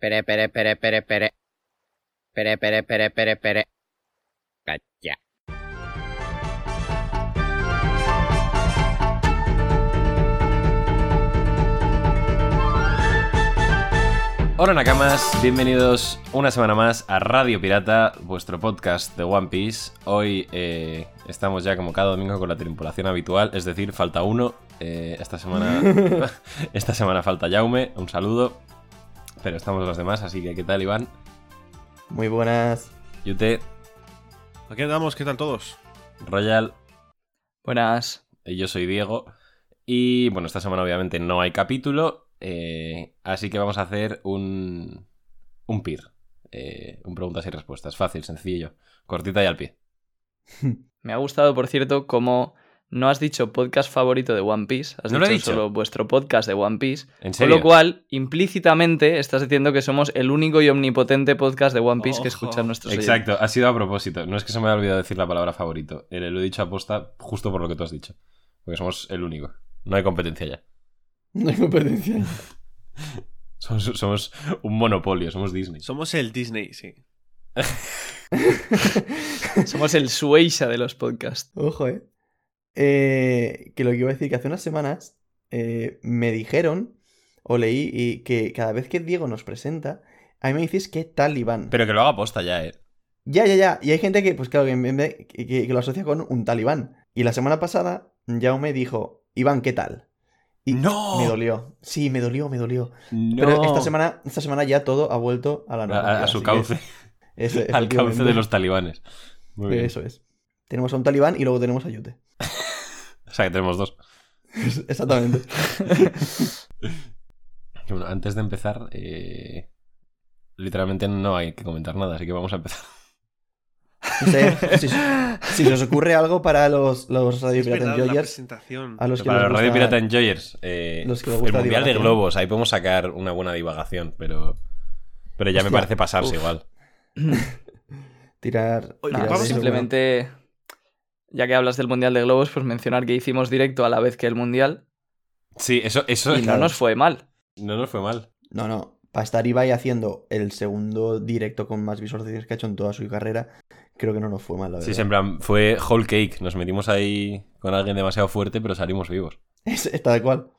Pere, pere, pere, pere, pere. Pere, pere, pere, pere, pere. Cacha. Hola Nakamas, bienvenidos una semana más a Radio Pirata, vuestro podcast de One Piece. Hoy eh, estamos ya como cada domingo con la tripulación habitual, es decir, falta uno. Eh, esta, semana, esta semana falta Jaume, un saludo. Pero estamos los demás, así que ¿qué tal Iván? Muy buenas. Yute, Aquí andamos, ¿qué tal todos? Royal Buenas. y yo soy Diego. Y bueno, esta semana obviamente no hay capítulo, eh, así que vamos a hacer un, un PIR. eh, un preguntas y respuestas, fácil, sencillo, cortita y al pie. Me ha gustado, por cierto, como no has dicho podcast favorito de One Piece, has No lo dicho, he dicho. solo vuestro podcast de One Piece, ¿En serio? con lo cual implícitamente estás diciendo que somos el único y omnipotente podcast de One Piece que Ojo. escuchan nuestros oyentes. Exacto, ha sido a propósito. No es que se me haya olvidado decir la palabra favorito. Eh, Lo he dicho aposta justo por lo que tú has dicho. Porque somos el único. No hay competencia ya. No hay competencia. Somos, somos un monopolio, somos Disney. Somos el Disney, sí. Somos el Sueisha de los podcasts. Ojo, eh. Eh, Que lo que iba a decir, que hace unas semanas eh, me dijeron, o leí, y que cada vez que Diego nos presenta, a mí me dices que talibán. Pero que lo haga aposta ya, eh. Ya, ya, ya. Y hay gente que, pues claro, que, en vez- que- que- que lo asocia con un talibán. Y la semana pasada, Jaume dijo, Iván, ¿qué tal? Y ¡No! me dolió. Sí, me dolió, me dolió. No. Pero esta semana, esta semana ya todo ha vuelto a la A- normalidad. a, a su así que cauce, eso, al cauce de efectivamente. los talibanes. Muy bien. Eso es. Tenemos a un talibán y luego tenemos a Yute. O sea que tenemos dos. Exactamente. Y Bueno, antes de empezar, eh, literalmente no hay que comentar nada, así que vamos a empezar. No sé, si, si se os ocurre algo para los, los Radio Es Pirata verdad, la Enjoyers, presentación. a los que Para les los Radio gusta- Pirata Enjoyers, eh, los que les el gusta Mundial de divagación. Globos, ahí podemos sacar una buena divagación, pero, pero ya me Hostia, parece pasarse uf. igual. tirar... tirar Oye, Nada, vamos de eso, simplemente, ya que hablas del Mundial de Globos, pues mencionar que hicimos directo a la vez que el Mundial Sí, eso, eso y no claro. nos fue mal. no nos fue mal. bueno. No, no. Para estar Ibai haciendo el segundo directo con más visualizaciones que ha hecho en toda su carrera, creo que no nos fue mal, la verdad. Sí, en plan, fue whole cake. Nos metimos ahí con alguien demasiado fuerte, pero salimos vivos. Es- es tal cual.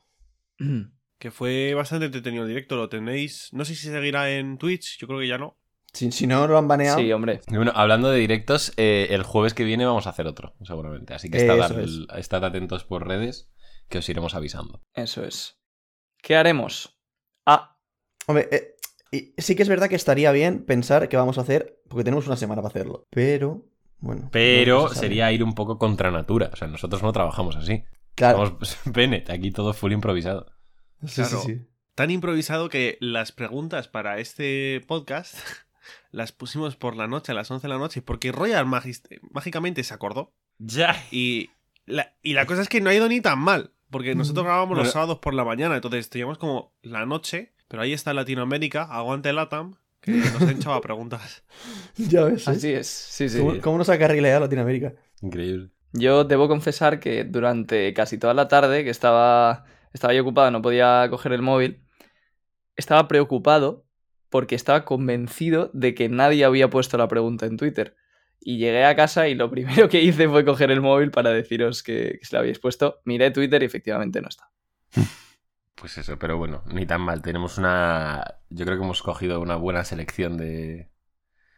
Que fue bastante entretenido el directo, lo tenéis. No sé si seguirá en Twitch, yo creo que ya no. Si, si no lo han baneado... Sí, hombre. Y bueno, hablando de directos, eh, el jueves que viene vamos a hacer otro, seguramente. Así que estad, Eso es. al- estad atentos por redes, que os iremos avisando. Eso es. ¿Qué haremos? Ah, Hombre, eh, y sí que es verdad que estaría bien pensar que vamos a hacer, porque tenemos una semana para hacerlo. Pero, bueno. Pero no se sabe. sería ir un poco contra natura. O sea, nosotros no trabajamos así. Claro. Vamos, Bennett, aquí todo full improvisado. Sí, sí, Claro. sí. Tan improvisado que las preguntas para este podcast las pusimos por la noche, a las 11 de la noche, porque Royal magist- mágicamente se acordó. Ya. Y la, y la cosa es que no ha ido ni tan mal, porque nosotros grabábamos Bueno. los sábados por la mañana, entonces teníamos como la noche, pero ahí está Latinoamérica, aguante Latam, que nos han echado a preguntas. Ya ves. ¿eh? así es. Sí, sí. ¿Cómo, cómo nos ha carrileado Latinoamérica? Increíble. Yo debo confesar que durante casi toda la tarde, que estaba, estaba yo ocupado, no podía coger el móvil, estaba preocupado porque estaba convencido de que nadie había puesto la pregunta en Twitter. Y llegué a casa y lo primero que hice fue coger el móvil para deciros que, que se la habéis puesto. Miré Twitter y efectivamente no está. Pues eso, pero bueno, ni tan mal. Tenemos una. Yo creo que hemos cogido una buena selección de,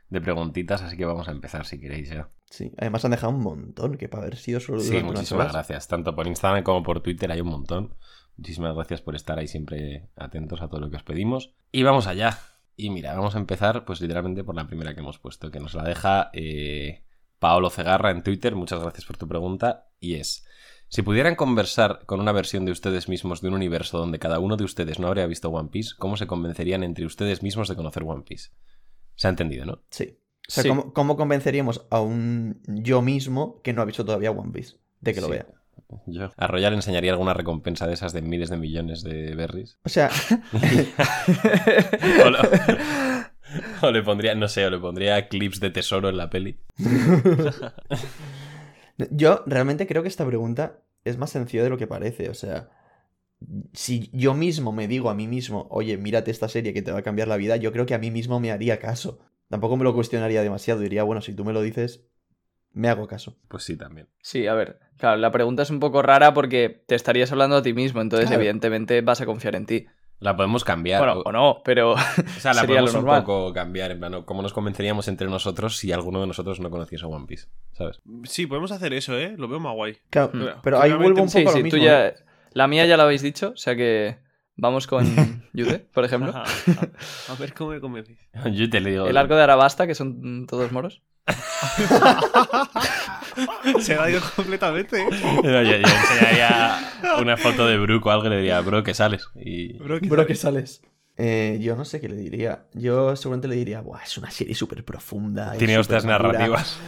de preguntitas, así que vamos a empezar si queréis ya. Sí. Además han dejado un montón, que para haber sido solo Sí, durante unas muchísimas horas. gracias. Tanto por Instagram como por Twitter hay un montón. Muchísimas gracias por estar ahí siempre atentos a todo lo que os pedimos. Y vamos allá. Y mira, vamos a empezar pues literalmente por la primera que hemos puesto, que nos la deja eh, Paolo Cegarra en Twitter. Muchas gracias por tu pregunta. Y es, si pudieran conversar con una versión de ustedes mismos de un universo donde cada uno de ustedes no habría visto One Piece, ¿cómo se convencerían entre ustedes mismos de conocer One Piece? Se ha entendido, ¿no? Sí. O sea, Sí. ¿cómo, cómo convenceríamos a un yo mismo que no ha visto todavía One Piece de que lo Sí. vea? Yo. A Royal le enseñaría alguna recompensa de esas de miles de millones de berries. O sea, O, lo- o le pondría, no sé, o le pondría clips de tesoro en la peli. yo realmente creo que esta pregunta es más sencilla de lo que parece. O sea, si yo mismo me digo a mí mismo, oye, mírate esta serie que te va a cambiar la vida, yo creo que a mí mismo me haría caso. Tampoco me lo cuestionaría demasiado, diría, bueno, si tú me lo dices, me hago caso. Pues sí, también. Sí, a ver, claro, la pregunta es un poco rara porque te estarías hablando a ti mismo, entonces Claro. evidentemente vas a confiar en ti. La podemos cambiar. Bueno, o- o no, pero O sea, la Sería lo podemos un normal. poco cambiar, en plan, ¿no? ¿cómo nos convenceríamos entre nosotros si alguno de nosotros no conociese One Piece? ¿Sabes? Sí, podemos hacer eso, ¿eh? Lo veo más guay. Claro, Hmm. pero ahí Seguramente- vuelvo un poco sí, a lo sí, mismo. tú ya... ¿eh? La mía ya la habéis dicho, o sea que vamos con Yude, por ejemplo. Ajá. a, a ver cómo me convencéis. Yo te lo digo. El arco de Arabasta, que son todos moros. Se la ha ido completamente. ¿eh? No, yo, yo enseñaría una foto de Brook o algo y le diría, bro, que sales. Y... Bro, ¿qué Bro, tal? que sales. Eh, yo no sé qué le diría. Yo seguramente le diría, Buah, es una serie súper profunda. y Tiene súper otras madura, narrativas.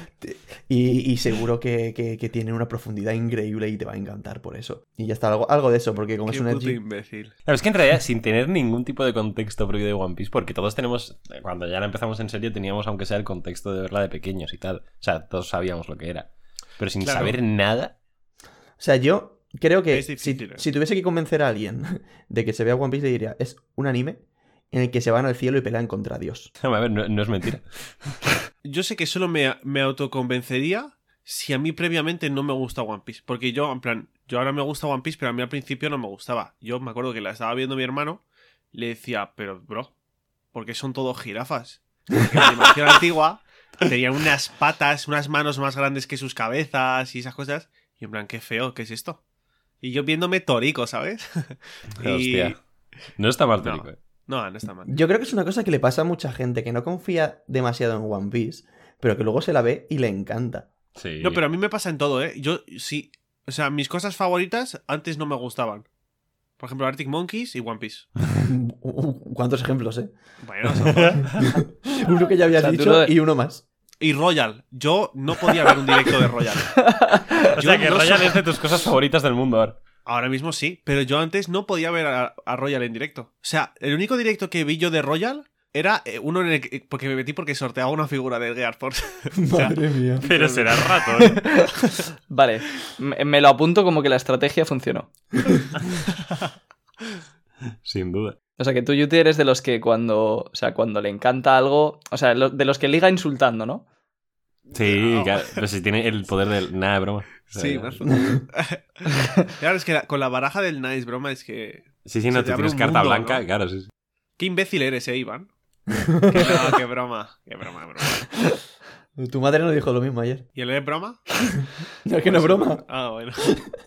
Y, y seguro que, que- que tiene una profundidad increíble y te va a encantar por eso. Y ya está, algo, algo de eso, porque como Qué es un puto edgy... imbécil. Claro, es que en realidad, sin tener ningún tipo de contexto previo de One Piece, porque todos tenemos, eh, cuando ya la empezamos en serio, teníamos aunque sea el contexto de verla de pequeños y tal. O sea, todos sabíamos lo que era. Pero sin Claro. saber nada, O sea, yo creo que Es si, difícil, ¿eh? si tuviese que convencer a alguien de que se vea One Piece, le diría, es un anime en el que se van al cielo y pelean contra Dios. a ver, no, no es mentira. Yo sé que solo me, me autoconvencería si a mí previamente no me gusta One Piece. Porque yo, en plan, yo ahora me gusta One Piece, pero a mí al principio no me gustaba. Yo me acuerdo que la estaba viendo mi hermano, le decía, pero bro, ¿por qué son todos jirafas? Porque en la animación antigua tenía unas patas, unas manos más grandes que sus cabezas y esas cosas. Y en plan, qué feo, ¿qué es esto? Y yo viéndome torico, ¿sabes? Y- Hostia. No está mal, No. teórico, eh. No, no está mal. Yo creo que es una cosa que le pasa a mucha gente que no confía demasiado en One Piece, pero que luego se la ve y le encanta. Sí. No, pero a mí me pasa en todo, ¿eh? Yo sí. O sea, mis cosas favoritas antes no me gustaban. Por ejemplo, Arctic Monkeys y One Piece. ¿Cuántos ejemplos, eh? Bueno, son dos. Uno que ya habías O sea, tú dicho lo de- y uno más. y Royal. Yo no podía ver un directo de Royal. O sea, Yo que no Royal soy- es de tus cosas favoritas del mundo ahora. Ahora mismo sí, pero yo antes no podía ver a, a Royal en directo. O sea, el único directo que vi yo de Royal era eh, uno en el que, porque me metí porque sorteaba una figura del Gear Force. Madre mía. Pero será rato, ¿eh? Vale, me, me lo apunto como que la estrategia funcionó. Sin duda. O sea que tú, Yuti, eres de los que cuando, o sea, cuando le encanta algo, o sea, lo- de los que liga insultando, ¿no? Sí, No. claro. Pero si tiene el poder del. Nada, broma. O sea, oh. Sí, ya- más Claro, es que la- con la baraja del Nice, broma, es que. Sí, sí, Se no, te tú abre tienes un carta mundo, blanca, ¿no? claro, sí. sí. Qué imbécil eres, eh, Iván. qué broma, qué broma, qué broma, broma. Tu madre no dijo lo mismo ayer. ¿Y el es broma? No, es que no es broma. Ah, bueno.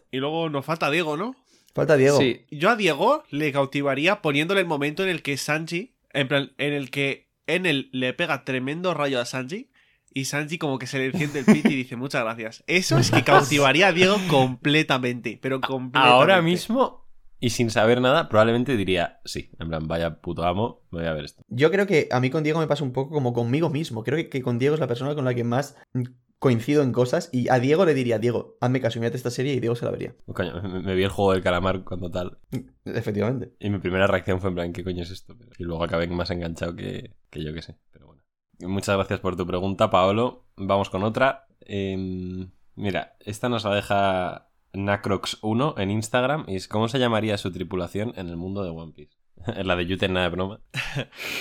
Y luego nos falta Diego, ¿no? Falta Diego. Sí, Yo a Diego le cautivaría poniéndole el momento en el que Sanji, en plan, en el que Enel le pega tremendo rayo a Sanji y Sanji como que se le enciende el pit y dice muchas gracias. Eso es que cautivaría a Diego completamente, pero completamente. Ahora mismo, y sin saber nada, probablemente diría, sí, en plan, vaya puto amo, me voy a ver esto. Yo creo que a mí con Diego me pasa un poco como conmigo mismo. Creo que, que con Diego es la persona con la que más mm, coincido en cosas. Y a Diego le diría, Diego, hazme caso, mírate esta serie y Diego se la vería. Oh, Coño, me, me vi el juego del calamar cuando tal, Efectivamente. y mi primera reacción fue en plan, ¿qué coño es esto? Pero- y luego acabé más enganchado que, que yo que sé, pero bueno. Y Muchas gracias por tu pregunta, Paolo. Vamos con otra. Em, mira, esta nos la deja Nacrox1 en Instagram, y es ¿cómo se llamaría su tripulación en el mundo de One Piece? la de Yuten, nada de broma.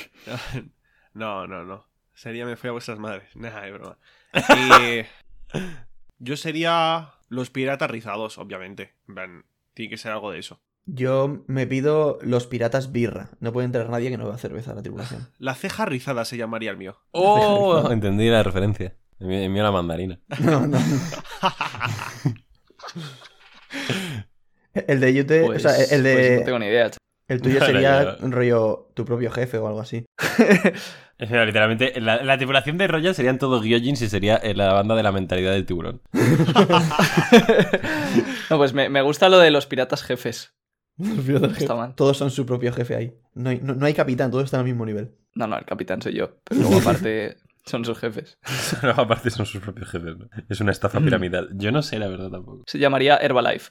No, no, no. Sería me fui a vuestras madres. Nada, de broma. Y, yo sería los piratas rizados, obviamente. En plan, tiene que ser algo de eso. Yo me pido los piratas birra. No puede entrar nadie que no beba cerveza a la tripulación. La ceja rizada se llamaría el mío. ¡Oh! Entendí la referencia. Envió envió la mandarina. No, no. El de Yute, pues, eh, o sea, el de pues no tengo ni idea. el tuyo Vale, sería ya. un rollo tu propio jefe o algo así. O sea, literalmente, la, la tripulación de Royal serían todos Gyojins y sería eh, la banda de la mentalidad del tiburón. No, pues me, me gusta lo de los piratas jefes. Los piratas Está jefes. mal. Todos son su propio jefe ahí. No hay, no- no hay capitán, todos están al mismo nivel. No, no, el capitán soy yo, pero luego aparte son sus jefes. No, aparte son sus propios jefes, ¿no? Es una estafa piramidal. Yo no sé, la verdad, tampoco. Se llamaría Herbalife.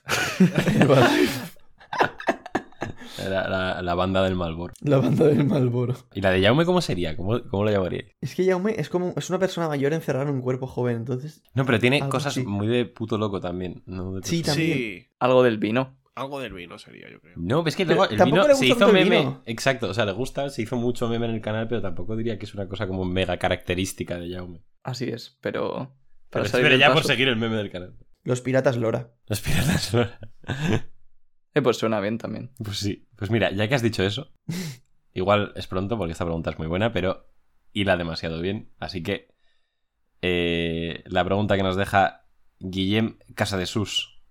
La, la- la banda del Malbor. La banda del Malboro. ¿Y la de Jaume cómo sería? ¿Cómo, cómo lo llamaríais? Es que Yaume es como es una persona mayor encerrada en un cuerpo joven, entonces No, pero tiene Algo cosas así. muy de puto loco también. ¿no? De Sí, cosas- también. Sí. Algo del vino. Algo del vino sería, yo creo. No, es que Pero luego el tampoco vino se le gusta hizo tanto el meme. vino. Exacto, o sea, le gusta, se hizo mucho meme en el canal, pero tampoco diría que es una cosa como mega característica de Jaume. Así es, pero. Pero, para es- salir pero del ya por paso- seguir el meme del canal. Los piratas Lora. Los piratas Lora. Eh, pues suena bien también. Pues sí. Pues mira, ya que has dicho eso, igual es pronto porque esta pregunta es muy buena, pero hila demasiado bien. Así que eh, la pregunta que nos deja Guillem Casa de Sus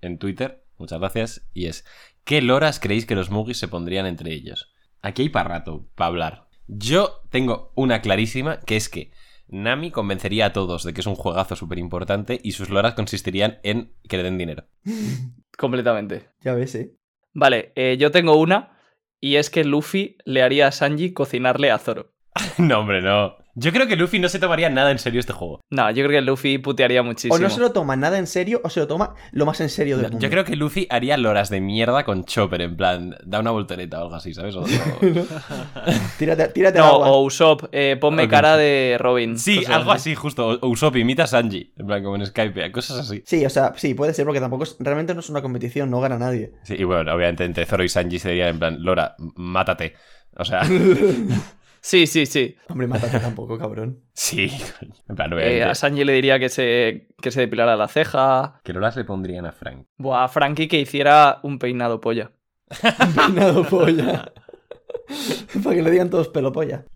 en Twitter, muchas gracias, y es, ¿qué loras creéis que los Mugis se pondrían entre ellos? Aquí hay para rato, para hablar. Yo tengo una clarísima, que es que Nami convencería a todos de que es un juegazo súper importante y sus loras consistirían en que le den dinero. Completamente. Ya ves, ¿eh? Vale, eh, yo tengo una. Y es que Luffy le haría a Sanji cocinarle a Zoro. No, hombre, no. Yo creo que Luffy no se tomaría nada en serio este juego. No, yo creo que Luffy putearía muchísimo. O no se lo toma nada en serio, o se lo toma lo más en serio del mundo. Yo creo que Luffy haría loras de mierda con Chopper, en plan, da una voltereta o algo así, ¿sabes? O- o- Tírate, tírate No, al agua. o Usopp, eh, ponme Ok. cara de Robin. Sí, cosas algo así, justo. O- o Usopp imita a Sanji, en plan, como en Skype, cosas así. Sí, o sea, sí, puede ser, porque tampoco es- realmente no es una competición, no gana nadie. Sí, y bueno, obviamente entre Zoro y Sanji sería en plan, Lora, m- mátate. O sea, Sí, sí, sí. Hombre, mátate tampoco, cabrón. sí. En plan, Eh, obviamente. a Sanji le diría que se, que se depilara la ceja. ¿Qué loras le pondrían a Frank? Buah, a Frankie que hiciera un peinado polla. Peinado polla. Para que le digan todos pelo polla.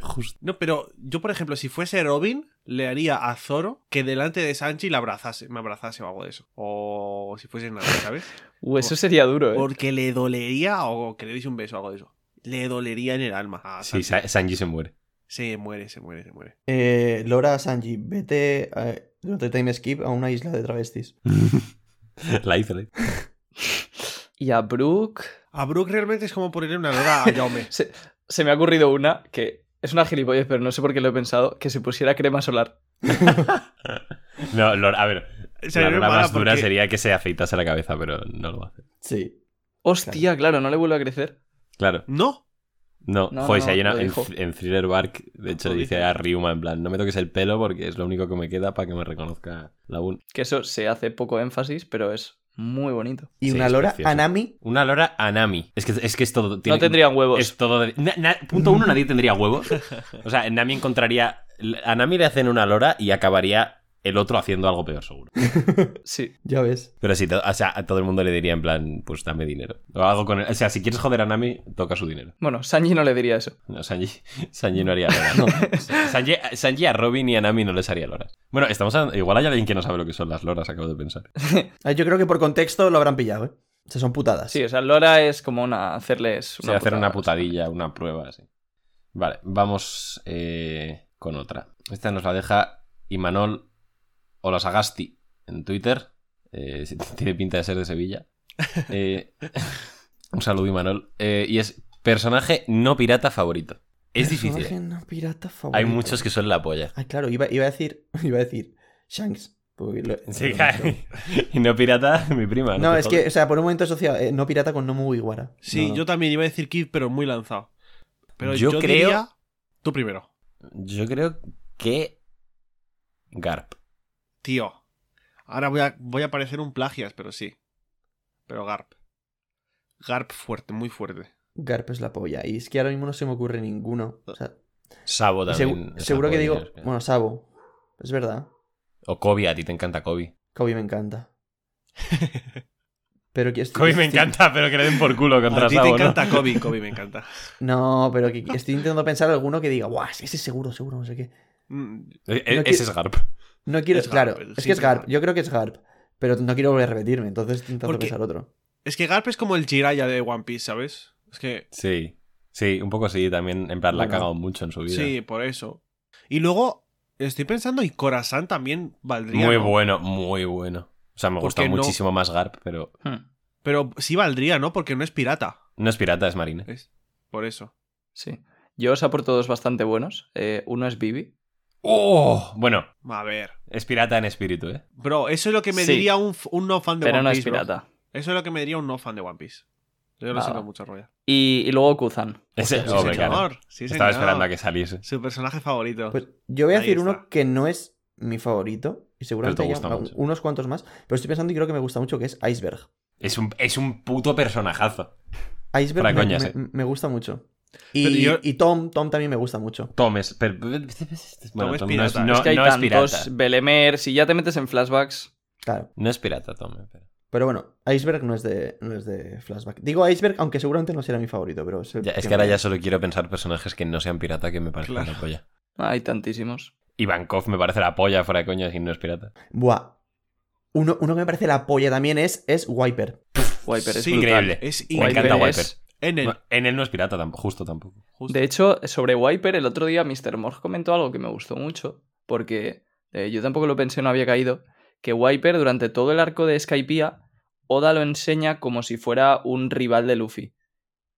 Justo. No, pero yo, por ejemplo, si fuese Robin, le haría a Zoro que delante de Sanji la abrazase, me abrazase o algo de eso. O si fuese nada, ¿sabes? Uh, eso sería duro, eh. Porque le dolería o que le diese un beso o algo de eso. Le dolería en el alma. a Sí, Sanji. Sa- Sanji se muere. Se muere, se muere, se muere. Eh, Lora, Sanji, vete eh, durante Time Skip a una isla de travestis. la hizo, ¿eh? la hizo. Y a Brooke. A Brooke realmente es como ponerle una lora a Jaume. Se, se me ha ocurrido una que es una gilipollez, pero no sé por qué lo he pensado. Que se pusiera crema solar. No, Lora, a ver. Sería la lora mala más dura porque- sería que se afeitase la cabeza, pero no lo hace. Sí. Hostia, claro, no le vuelve a crecer. Claro. No, No, No, joder, no, si hay no, una- lo en, dijo. en Thriller Bark, de hecho, Lo dice dice. a Ryuma, en plan, no me toques el pelo porque es lo único que me queda para que me reconozca la UN. Que eso se hace poco énfasis, pero es muy bonito. Y Sí, una es Lora, precioso. Anami. Una lora Anami. Es que es, que es todo. tiene- No tendrían huevos. Es todo de- na- na- punto uno, nadie tendría huevos. O sea, Nami encontraría. A Nami le hacen una lora y acabaría el otro haciendo algo peor, seguro. Sí. Ya ves. Pero sí, to- o sea, a todo el mundo le diría, en plan, pues dame dinero. O algo con. el- O sea, si quieres joder a Nami, toca su dinero. Bueno, Sanji no le diría eso. No, Sanji, Sanji no haría loras. Sanji, Sanji a Robin y a Nami no les haría loras. Bueno, estamos hablando- igual hay alguien que no sabe lo que son las loras, acabo de pensar. Ah, Yo creo que por contexto lo habrán pillado, ¿eh? O sea, son putadas. Sí, o sea, Lora es como una hacerles O una sea, hacer putada. una putadilla, una prueba, así. Vale, vamos eh, con otra. Esta nos la deja Imanol Olasagasti en Twitter. Eh, tiene pinta de ser de Sevilla. Eh, un saludo, Imanol. Eh, y es personaje no pirata favorito. Es difícil. Personaje eh. no pirata favorito. Hay muchos que son la polla. Ah, claro, iba, iba a decir. Iba a decir. Shanks. porque lo- Sí, lo claro. Y no pirata, mi prima. No, te es jodes. que, o sea, por un momento asociado, eh, no pirata con Nomu Iguara. sí, No, no. yo también iba a decir Kid, pero muy lanzado. Pero Yo yo, creo- diría- Tú primero, Yo creo que. Garp. tío. Ahora voy a, voy a parecer un plagias, pero sí. Pero Garp. Garp fuerte, muy fuerte. Garp es la polla. Y es que ahora mismo no se me ocurre ninguno. O sea, Sabo segu- también. es seguro la que polla, digo. es que- Bueno, Sabo. Es verdad. O Kobe, a ti te encanta Kobe. Kobe me encanta. Pero que estoy, Kobe me estoy- encanta, pero que le den por culo contra A ti te Sabo, ¿no? encanta Kobe, Kobe me encanta. No, pero que estoy intentando pensar alguno que diga, guau, ese seguro, seguro, no sé qué. Mm, E- No e- qui- Ese es Garp. No quiero. Es Garp, claro, el- es que siempre es Garp. Garp. Yo creo que es Garp. Pero no quiero volver a repetirme, entonces intento Porque- pensar otro. Es que Garp es como el Jiraya de One Piece, ¿sabes? Es que. Sí. Sí, un poco sí, también. En plan, la ha Bueno. cagado mucho en su vida. Sí, por eso. Y luego, estoy pensando, y Corazán también valdría. Muy ¿no? bueno, muy bueno. O sea, me gusta Porque no- muchísimo más Garp, pero Hmm, Pero sí valdría, ¿no? Porque no es pirata. no es pirata, es marina. Es por eso. Sí. Yo os aporto dos bastante buenos. Eh, uno es Bibi. ¡Oh! Bueno, A ver. es pirata en espíritu, ¿eh? Bro, eso es lo que me Sí. diría un, f- un no fan de Pero One no es Piece. bro. pirata. Eso es lo que me diría un no fan de One Piece. Yo lo Nada. siento mucho, Roya. Y, y luego Kuzan. Ese, Hostia, sí, hombre, señor. claro. Sí, señor. Oh, Estaba esperando a que saliese. Su personaje favorito. Pues yo voy a Ahí decir uno está. que no es mi favorito. Y seguramente Pero te haya gusta un- mucho. unos cuantos más. Pero estoy pensando y creo que me gusta mucho, que es Iceberg. Es un, es un puto personajazo. Iceberg Para me, coñas, me- eh. me gusta mucho. Pero Y, yo- y Tom, Tom también me gusta mucho. Tomes. Pero, bueno, es Tom no es, pirata. no, Es es que hay no es pirata. tantos, Belemer, si ya te metes en flashbacks, Claro. No es pirata, Tom. eh, pero- Pero bueno, Iceberg no es de, no es de flashback. Digo Iceberg, aunque seguramente no será mi favorito, pero es, el Ya, es que me- ahora ya solo quiero pensar personajes que no sean pirata que me parecen Claro. la polla. hay tantísimos. Ivankov me parece la polla fuera de coña si no es pirata. Buah. Uno, uno que me parece la polla también es, es Wiper. Wiper es Sí, brutal. increíble. Es Me encanta increíble. Wiper. Es- En el. No, en él no es pirata, tampoco, justo tampoco. justo. De hecho, sobre Wiper, el otro día Mr. Morg comentó algo que me gustó mucho, porque eh, yo tampoco lo pensé, no había caído, que Wiper durante todo el arco de Skypiea, Oda lo enseña como si fuera un rival de Luffy.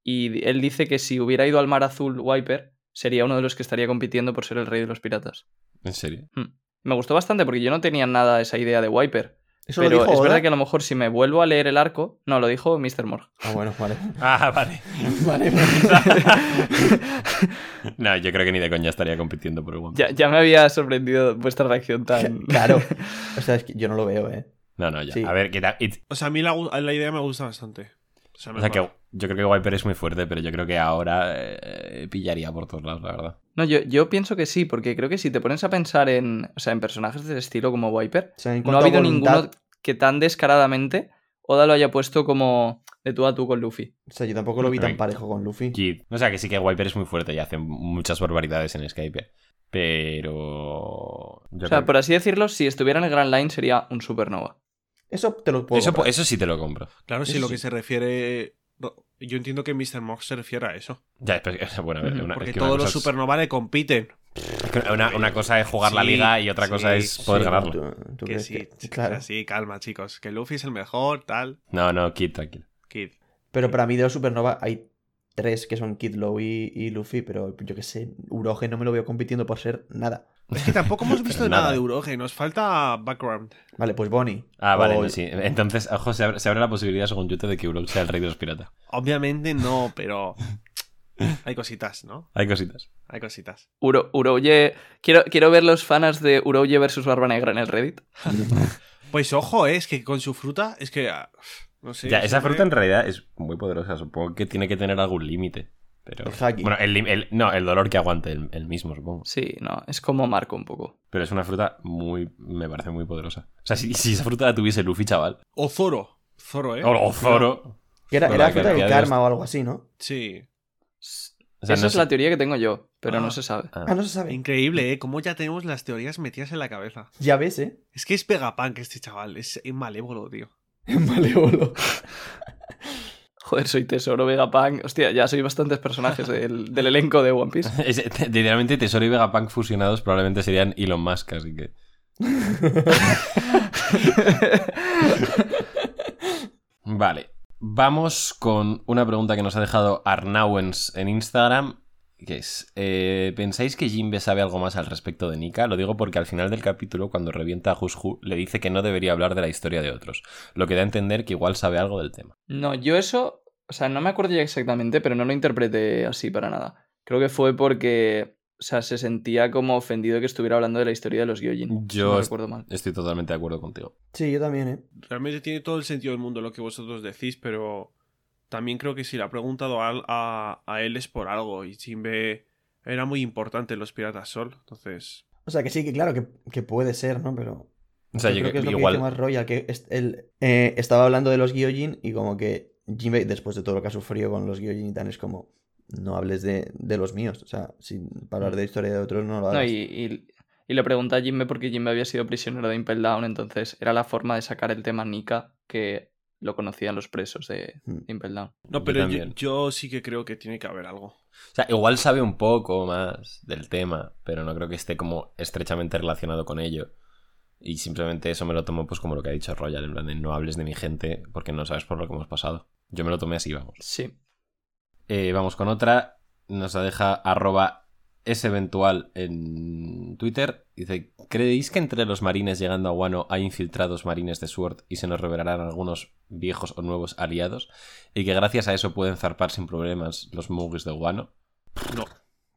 Y di- él dice que si hubiera ido al mar azul Wiper, sería uno de los que estaría compitiendo por ser el rey de los piratas. ¿En serio? Me gustó bastante porque yo no tenía nada esa idea de Wiper. Eso Pero lo dijo es Oda. verdad que a lo mejor si me vuelvo a leer el arco, no, lo dijo Mr. Morg. Ah, bueno, vale. Ah, vale. pues, vale. no, yo creo que ni de coña estaría compitiendo por el One Ya, ya me había sorprendido vuestra reacción tan... claro. O sea, es que yo no lo veo, ¿eh? No, no, ya. Sí. A ver, que da- it- O sea, a mí la, la idea me gusta bastante. O sea, me o sea que mola. yo creo que Wiper es muy fuerte, pero yo creo que ahora eh, pillaría por todos lados, la verdad. No, yo, yo pienso que sí, porque creo que si te pones a pensar en, o sea, en personajes del estilo como Viper, O sea, en no ha cuanto a habido voluntad, ninguno que tan descaradamente Oda lo haya puesto como de tú a tú con Luffy. O sea, yo tampoco lo vi tan Right. parejo con Luffy. Kid. O sea, que sí que Wiper es muy fuerte y hace muchas barbaridades en Skype. Pero. yo O sea, creo- por así decirlo, si estuviera en el Grand Line sería un supernova. Eso te lo puedo. eso, comprar. eso sí te lo compro. Claro, si eso lo que sí. se refiere. Yo entiendo que Mr. Mox se refiere a eso. Ya, pero- o sea, bueno, a ver, Ujú. una, Porque es que una todos cosa los es- supernova le compiten. Una, una cosa es jugar la Sí, liga y otra cosa sí, es poder Sí, ganarla. tú- tú Que crees sí, que- claro. Claro. sí, calma, chicos. Que Luffy es el mejor, tal. No, no, Kid, tranquilo. Kid. Pero para mí de los Supernova hay tres que son Kid Low y, y Luffy, pero yo que sé, Uroge no me lo veo compitiendo por ser nada. Es que tampoco hemos visto Pero nada nada. de Uroge. Nos falta background. Vale, pues Bonnie. Ah, vale, O- sí. Entonces, ojo, se abre, se abre la posibilidad, según Yute, de que Uruk sea el rey de los piratas. Obviamente no, pero. Hay cositas, ¿no? Hay cositas. Hay cositas. Uro, Uroye- Quiero, quiero ver los fanas de Uroye versus Barba Negra en el Reddit. Pues ojo, eh, es que con su fruta, es que. ah, No sé. ya, esa siempre- fruta en realidad es muy poderosa. Supongo que tiene que tener algún límite. Pero... El haki. Bueno, el, lim- el- no, el dolor que aguante el, el mismo, supongo. Sí, no, es como Marco un poco. Pero es una fruta muy... me parece muy poderosa. O sea, si, si esa fruta la tuviese Luffy, chaval. O Zoro. Zoro, eh. O, o Zoro. que era, Bueno, era la fruta del cantidad de los- karma o algo así, ¿no? Sí. O sea, Esa no es sé- la teoría que tengo yo, pero Ah. no se sabe. Ah. Ah, no se sabe. Increíble, eh. Cómo ya tenemos las teorías metidas en la cabeza. Ya ves, ¿eh? Es que es Vegapunk este chaval. Es malévolo, tío. Malévolo. Joder, soy Tesoro, Vegapunk. Hostia, ya soy bastantes personajes del, del elenco de One Piece. Es- te- literalmente Tesoro y Vegapunk fusionados probablemente serían Elon Musk, así que... Vale, vamos con una pregunta que nos ha dejado Arnauens en Instagram, que es, eh, ¿pensáis que Jimbe sabe algo más al respecto de Nika? Lo digo porque al final del capítulo, cuando revienta a Jushu, le dice que no debería hablar de la historia de otros, lo que da a entender que igual sabe algo del tema. No, yo eso, o sea, no me acuerdo ya exactamente, pero no lo interpreté así para nada. Creo que fue porque, o sea, se sentía como ofendido que estuviera hablando de la historia de los Gyojin. si Yo no es- recuerdo mal. Estoy totalmente de acuerdo contigo. Sí, yo también, ¿eh? Realmente tiene todo el sentido del mundo lo que vosotros decís, pero también creo que si le ha preguntado a, a- a él es por algo. Y Jimbe era muy importante en los Piratas Sol. Entonces, O sea, que sí, que claro, que, que puede ser, ¿no? Pero O sea, yo, yo, creo que es lo igual... que dice más Royal, que es- él eh, estaba hablando de los Gyojin y como que Jinbei, después de todo lo que ha sufrido con los Gyojin y tal, es como, no hables de, de los míos. O sea, sin para hablar de historia de otros no lo No, hagas. y, y- y le pregunté a Jimbe porque Jimbe había sido prisionero de Impel Down, entonces era la forma de sacar el tema Nika que lo conocían los presos de, Mm. de Impel Down. no, Yo pero yo, también. yo sí que creo que tiene que haber algo. O sea, igual sabe un poco más del tema, pero no creo que esté como estrechamente relacionado con ello. Y simplemente eso me lo tomo pues como lo que ha dicho Royal, en plan de no hables de mi gente porque no sabes por lo que hemos pasado. Yo me lo tomé así, vamos. Sí. Eh, vamos con otra. Nos la deja arroba eventual en Twitter. Dice, ¿creéis que entre los marines llegando a Wano hay infiltrados marines de SWORD y se nos revelarán algunos viejos o nuevos aliados? Y que gracias a eso pueden zarpar sin problemas los Mugis de Wano. No.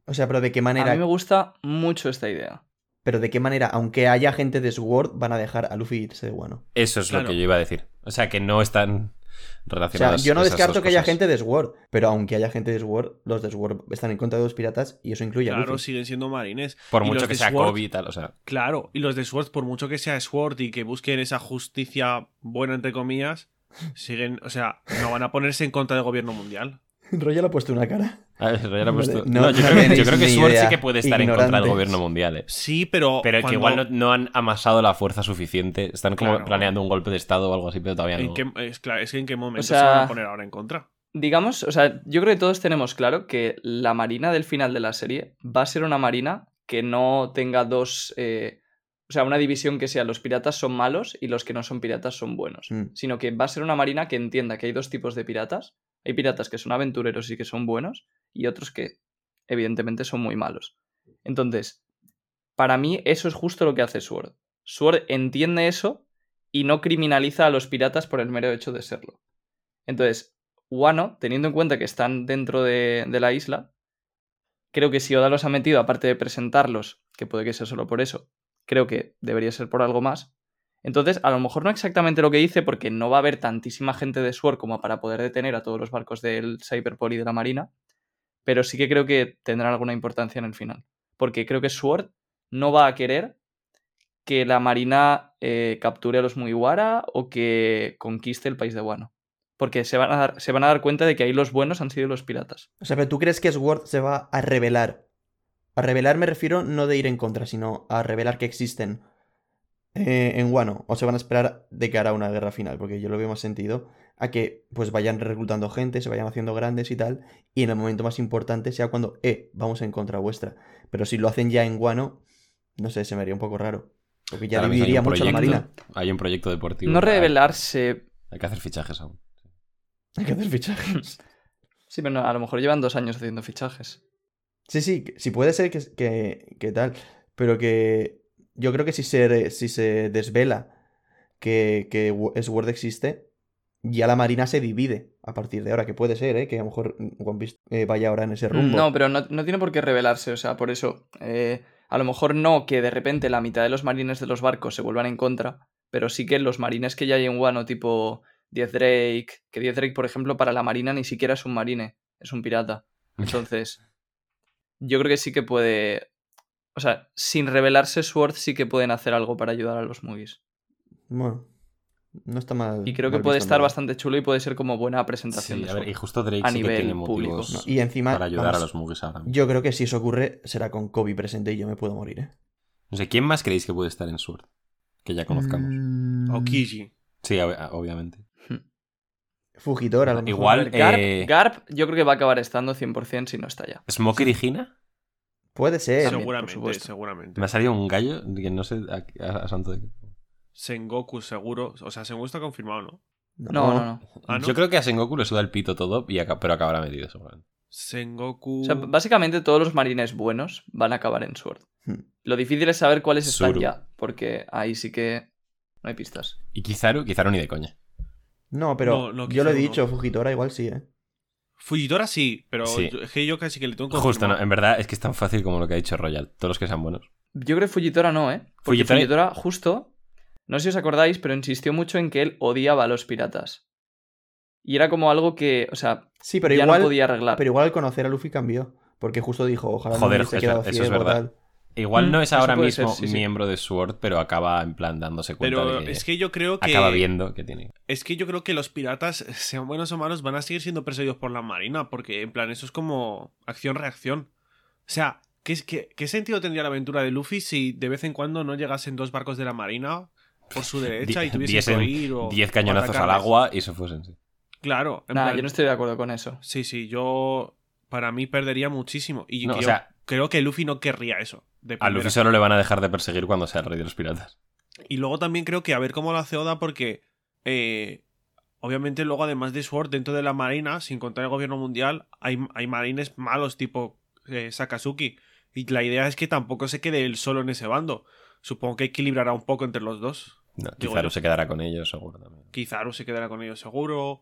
O sea, pero de qué manera, A mí me gusta mucho esta idea. pero de qué manera, aunque haya gente de Sword, van a dejar a Luffy irse de guano. Eso es lo Claro. que yo iba a decir. O sea, que no están. O sea, relacionadas. yo no esas dos descarto que haya cosas. gente de Sword, pero aunque haya gente de Sword, los de Sword están en contra de los piratas y eso incluye a Claro, Luffy. siguen siendo marines. Por y mucho los que de sea Sword- Kobe y tal, o sea, Claro, y los de Sword, por mucho que sea Sword y que busquen esa justicia buena, entre comillas, siguen, o sea, no van a ponerse en contra del gobierno mundial. Roger le ha puesto una cara. A ver, Roger ha Vale, puesto- no- No, yo, no creo, que- yo tenéis creo que ni Sword sí idea. que puede estar en contra del Ignorantes. gobierno mundial. eh. Sí, pero. Pero que cuando- igual no, no han amasado la fuerza suficiente. Están como Claro. planeando un golpe de estado o algo así, pero todavía ¿en no. qué- es, claro, es que en qué momento O sea- se van a poner ahora en contra. Digamos, o sea, yo creo que todos tenemos claro que la marina del final de la serie va a ser una marina que no tenga dos. eh, o sea, una división que sea los piratas son malos y los que no son piratas son buenos. Mm. Sino que va a ser una marina que entienda que hay dos tipos de piratas. Hay piratas que son aventureros y que son buenos, y otros que, evidentemente, son muy malos. Entonces, para mí, eso es justo lo que hace Sword. Sword entiende eso y no criminaliza a los piratas por el mero hecho de serlo. Entonces, Wano, teniendo en cuenta que están dentro de, de la isla, creo que si Oda los ha metido, aparte de presentarlos, que puede que sea solo por eso, creo que debería ser por algo más. Entonces, a lo mejor no exactamente lo que dice, porque no va a haber tantísima gente de Sword como para poder detener a todos los barcos del Cyberpol y de la Marina, pero sí que creo que tendrán alguna importancia en el final. Porque creo que Sword no va a querer que la Marina eh, capture a los Mugiwara o que conquiste el país de Wano. Porque se van, a dar, se van a dar cuenta de que ahí los buenos han sido los piratas. O sea, pero ¿tú crees que Sword se va a revelar? A revelar me refiero no de ir en contra, sino a revelar que existen eh, en Wano. O se van a esperar de cara a una guerra final, porque yo lo veo más sentido a que pues vayan reclutando gente, se vayan haciendo grandes y tal, y en el momento más importante sea cuando, eh, vamos en contra vuestra. Pero si lo hacen ya en Guano, no sé, se me haría un poco raro. Porque ya Claro, hay un dividiría mucho a la proyecto- marina. Hay un proyecto deportivo. No Hay- revelarse. Hay que hacer fichajes aún. Hay que hacer fichajes. Sí, pero no, a lo mejor llevan dos años haciendo fichajes. Sí, sí, que- sí puede ser que, que, que tal, pero que yo creo que si se, re- si se desvela que, que Wo- Sword existe, ya la marina se divide a partir de ahora, que puede ser, ¿eh? que a lo mejor One Piece eh, vaya ahora en ese rumbo. Mm, No, pero no, no tiene por qué revelarse, o sea, por eso. eh, a lo mejor no que de repente la mitad de los marines de los barcos se vuelvan en contra, pero sí que los marines que ya hay en Wano, tipo 10 Drake, que 10 Drake, por ejemplo, para la marina ni siquiera es un marine, es un pirata. Entonces, yo creo que sí que puede. O sea, sin revelarse Sword sí que pueden hacer algo para ayudar a los movies. Bueno, no está mal. Y creo que mal puede visto, en estar verdad. bastante chulo y puede ser como buena presentación. Sí, de a ver, Sword. y justo Drake A sí que nivel tiene público. motivos No, y encima, para ayudar vamos, a los Moogies ahora mismo. Yo creo que si eso ocurre, será con Kobe presente y yo me puedo morir, ¿eh? No sé, ¿quién más creéis que puede estar en Sword? Que ya conozcamos. Mm, O eh, Kiji. Sí, ob- a- obviamente. Fujitora, a lo mejor. Igual, Garp, eh, Garp, yo creo que va a acabar estando 100% si no está ya. ¿Smoker y Gina? Puede ser. ¿eh? Seguro. por seguramente, supuesto. seguramente. Me ha salido un gallo que no sé a, a- a santo de qué. Sengoku, seguro. O sea, Sengoku está confirmado, ¿no? No, no, no. Ah, ¿no? Yo creo que a Sengoku le suda el pito todo, y aca- pero acabará metido seguramente. Sengoku. O sea, Mm. básicamente todos los marines buenos van a acabar en Sword. Hmm. Lo difícil es saber cuáles están Zuru. ya, porque ahí sí que no hay pistas. Y Kizaru, Kizaru ni de coña. No, pero No, no, yo lo he quizá no. dicho, Fujitora igual sí, ¿eh? Fujitora sí, pero Sí. yo- es que yo casi que le tengo que Justo, no, en verdad es que es tan fácil como lo que ha dicho Royal. Todos los que sean buenos. Yo creo que Fujitora no, ¿eh? Porque Fujitora- Fujitora... justo, no sé si os acordáis, pero insistió mucho en que él odiaba a los piratas. Y era como algo que, o sea, Sí, pero ya igual. no podía arreglar. Pero igual al conocer a Luffy cambió. Porque justo dijo, ojalá Joder, no se es quedado ver- eso es ciego, verdad. tal. Igual Mm, no es eso ahora puede mismo ser, sí, sí. miembro de Sword, pero acaba en plan dándose cuenta Pero de que, es que yo creo que. acaba viendo que tiene. Es que yo creo que los piratas, eh, sean buenos o malos, van a seguir siendo perseguidos por la marina, porque en plan eso es como acción-reacción. O sea, ¿qué, es- qué, qué sentido tendría la aventura de Luffy si de vez en cuando no llegasen dos barcos de la marina por su derecha Die- y tuviesen diesen que huir o. 10 o cañonazos al atacarles? agua y se fuesen. sí. Claro, en Nah, plan- yo no estoy de acuerdo con eso. Sí, sí, yo. Para mí perdería muchísimo. Y No, yo o sea- creo que Luffy no querría eso. de A primera. Luffy solo le van a dejar de perseguir cuando sea el rey de los piratas. Y luego también creo que a ver cómo lo hace Oda, porque eh, obviamente luego, además de Sword, dentro de la marina, sin contar el gobierno mundial, hay, hay marines malos tipo eh, Sakazuki. Y la idea es que tampoco se quede él solo en ese bando. Supongo que equilibrará un poco entre los dos. No, Digo Kizaru yo. se quedará con ellos, seguro también. Kizaru se quedará con ellos seguro.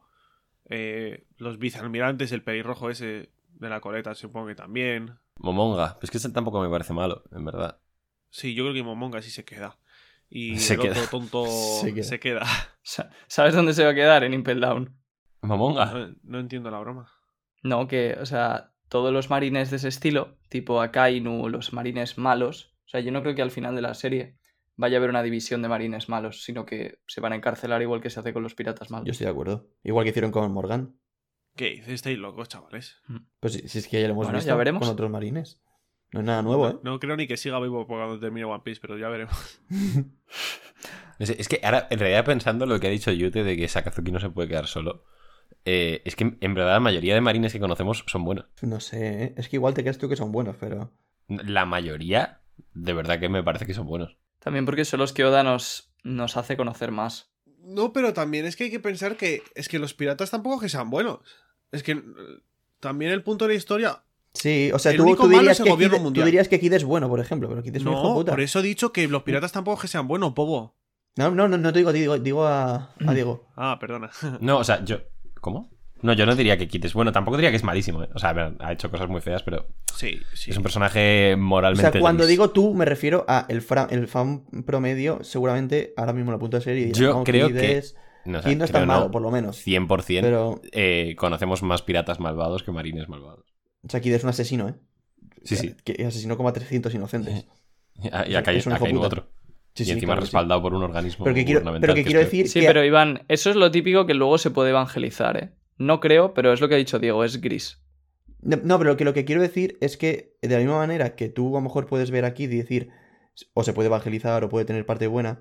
eh, los vicealmirantes, el pelirrojo ese de la coleta, supongo que también. Momonga, es que ese tampoco me parece malo, en verdad. Sí, yo creo que Momonga sí se queda. Y Se el queda. otro tonto Se queda. Se queda. Sa- ¿Sabes dónde se va a quedar? En Impel Down. Mamonga. No, no entiendo la broma. No, que, o sea, todos los marines de ese estilo, tipo Akainu, los marines malos, o sea, yo no creo que al final de la serie vaya a haber una división de marines malos, sino que se van a encarcelar igual que se hace con los piratas malos. Yo estoy de acuerdo. Igual que hicieron con Morgan. ¿Qué dices? Estáis locos, chavales. Pues si, si es que ya lo hemos Bueno, visto ya veremos. con otros marines. No es nada nuevo, ¿eh? No creo ni que siga vivo por cuando termine One Piece, pero ya veremos. No sé, es que ahora, en realidad, pensando lo que ha dicho Yute de que Sakazuki no se puede quedar solo, eh, es que en verdad la mayoría de marines que conocemos son buenos. No sé, ¿eh? es que igual te crees tú que son buenos, pero. La mayoría, de verdad que me parece que son buenos. También porque son los que Oda nos, nos hace conocer más. No, pero también es que hay que pensar que es que los piratas tampoco que sean buenos. Es que eh, también el punto de la historia. Sí, o sea, El tú, único tú malo dirías es el que Kid- gobierno tú mundial. dirías que Kid es bueno, por ejemplo, pero Kid es un hijo de No, puta. por eso he dicho que los piratas tampoco que sean buenos, bobo. No, no, no, no te digo a ti, digo, digo a, a Diego. Ah, perdona. No, o sea, yo. ¿Cómo? No, yo no diría que quites. Bueno, tampoco diría que es malísimo. ¿eh? O sea, a ver, ha hecho cosas muy feas, pero Sí, sí. es un personaje O moralmente. sea, cuando gris. digo tú, me refiero a el, fra- el fan promedio, seguramente ahora mismo lo apunta a ser y dirá, Yo no, creo Kid que- es- No, o sea, Kid no es creo tan malo, por lo menos. 100% Pero, eh, conocemos más piratas malvados que marines malvados. o sea, Kid es un asesino, ¿eh? Sí, sí. Que asesinó como a 300 inocentes. Y a- y acá hay, Es un hijo acá hay puta. otro. Sí, y sí, encima claro que sí. respaldado por un organismo. Pero que quiero, gubernamental pero que es quiero peor. decir Sí, que pero Iván, eso es lo típico que luego se puede evangelizar, ¿eh? No creo, pero es lo que ha dicho Diego, es gris. No, no, pero que lo que quiero decir es que de la misma manera que tú a lo mejor puedes ver aquí y decir, o se puede evangelizar o puede tener parte buena,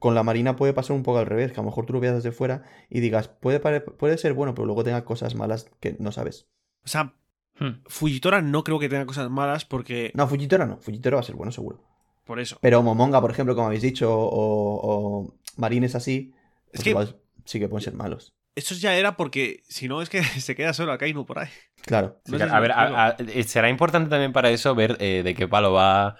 con la Marina puede pasar un poco al revés, que a lo mejor tú lo veas desde fuera y digas, puede, pare- puede ser bueno, pero luego tenga cosas malas que no sabes. O sea, Hmm. Fujitora no creo que tenga cosas malas porque. No, Fujitora no, Fujitora va a ser bueno seguro. Por eso. Pero Momonga, por ejemplo, como habéis dicho, o, o Marines así, pues Es que igual sí que pueden ser malos. eso ya era porque si no es que se queda solo Akainu por ahí. Claro. Sí, No sé claro. si a me ver, explico. a- a- eh, será importante también para eso ver eh, de qué palo va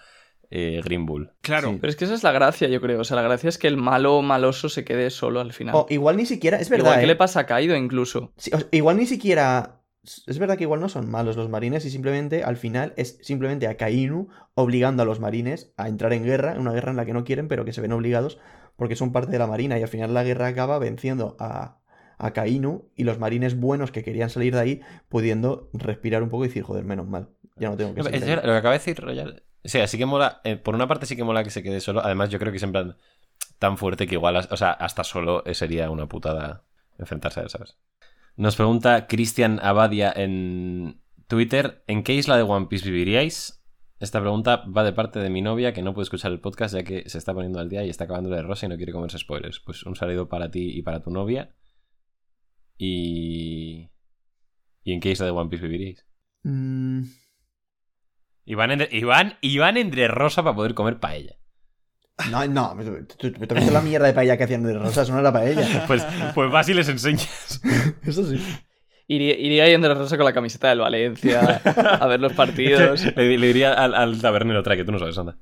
eh, Green Bull. Claro. Sí. Pero es que esa es la gracia, yo creo. O sea, la gracia es que el malo o maloso se quede solo al final. O igual ni siquiera, Oh, es verdad. Igual que ¿eh? le pasa a Kaido incluso. Sí, o sea, igual ni siquiera. Es verdad que igual no son malos los marines y simplemente al final es simplemente a Kainu obligando a los marines a entrar en guerra, en una guerra en la que no quieren, pero que se ven obligados porque son parte de la marina y al final la guerra acaba venciendo a, a Kainu y los marines buenos que querían salir de ahí pudiendo respirar un poco y decir, joder, menos mal, ya no tengo que No, pero salir. es de verdad, ahí". lo que acaba de decir Royal. O sea, sí que mola. eh, por una parte sí que mola que se quede solo. Además, yo creo que es en plan tan fuerte que igual, as- o sea, hasta solo eh, sería una putada enfrentarse a él, ¿sabes? Nos pregunta Cristian Abadia en Twitter: ¿En qué isla de One Piece viviríais? Esta pregunta va de parte de mi novia que no puede escuchar el podcast ya que se está poniendo al día y está acabando de rosa y no quiere comerse spoilers. Pues un saludo para ti y para tu novia. Y. ¿Y en qué isla de One Piece viviríais? Mm, Iván, Endre- Iván, Iván Endre Rosa para poder comer paella. No, no, me, te- te- te viste la mierda de paella que hacían de rosas, no era paella. Pues, pues vas y les enseñas. Eso sí. Iría, iría yendo a Rosa con la camiseta del Valencia a ver los partidos. le, le diría al, al tabernero, trae, que tú no sabes, anda.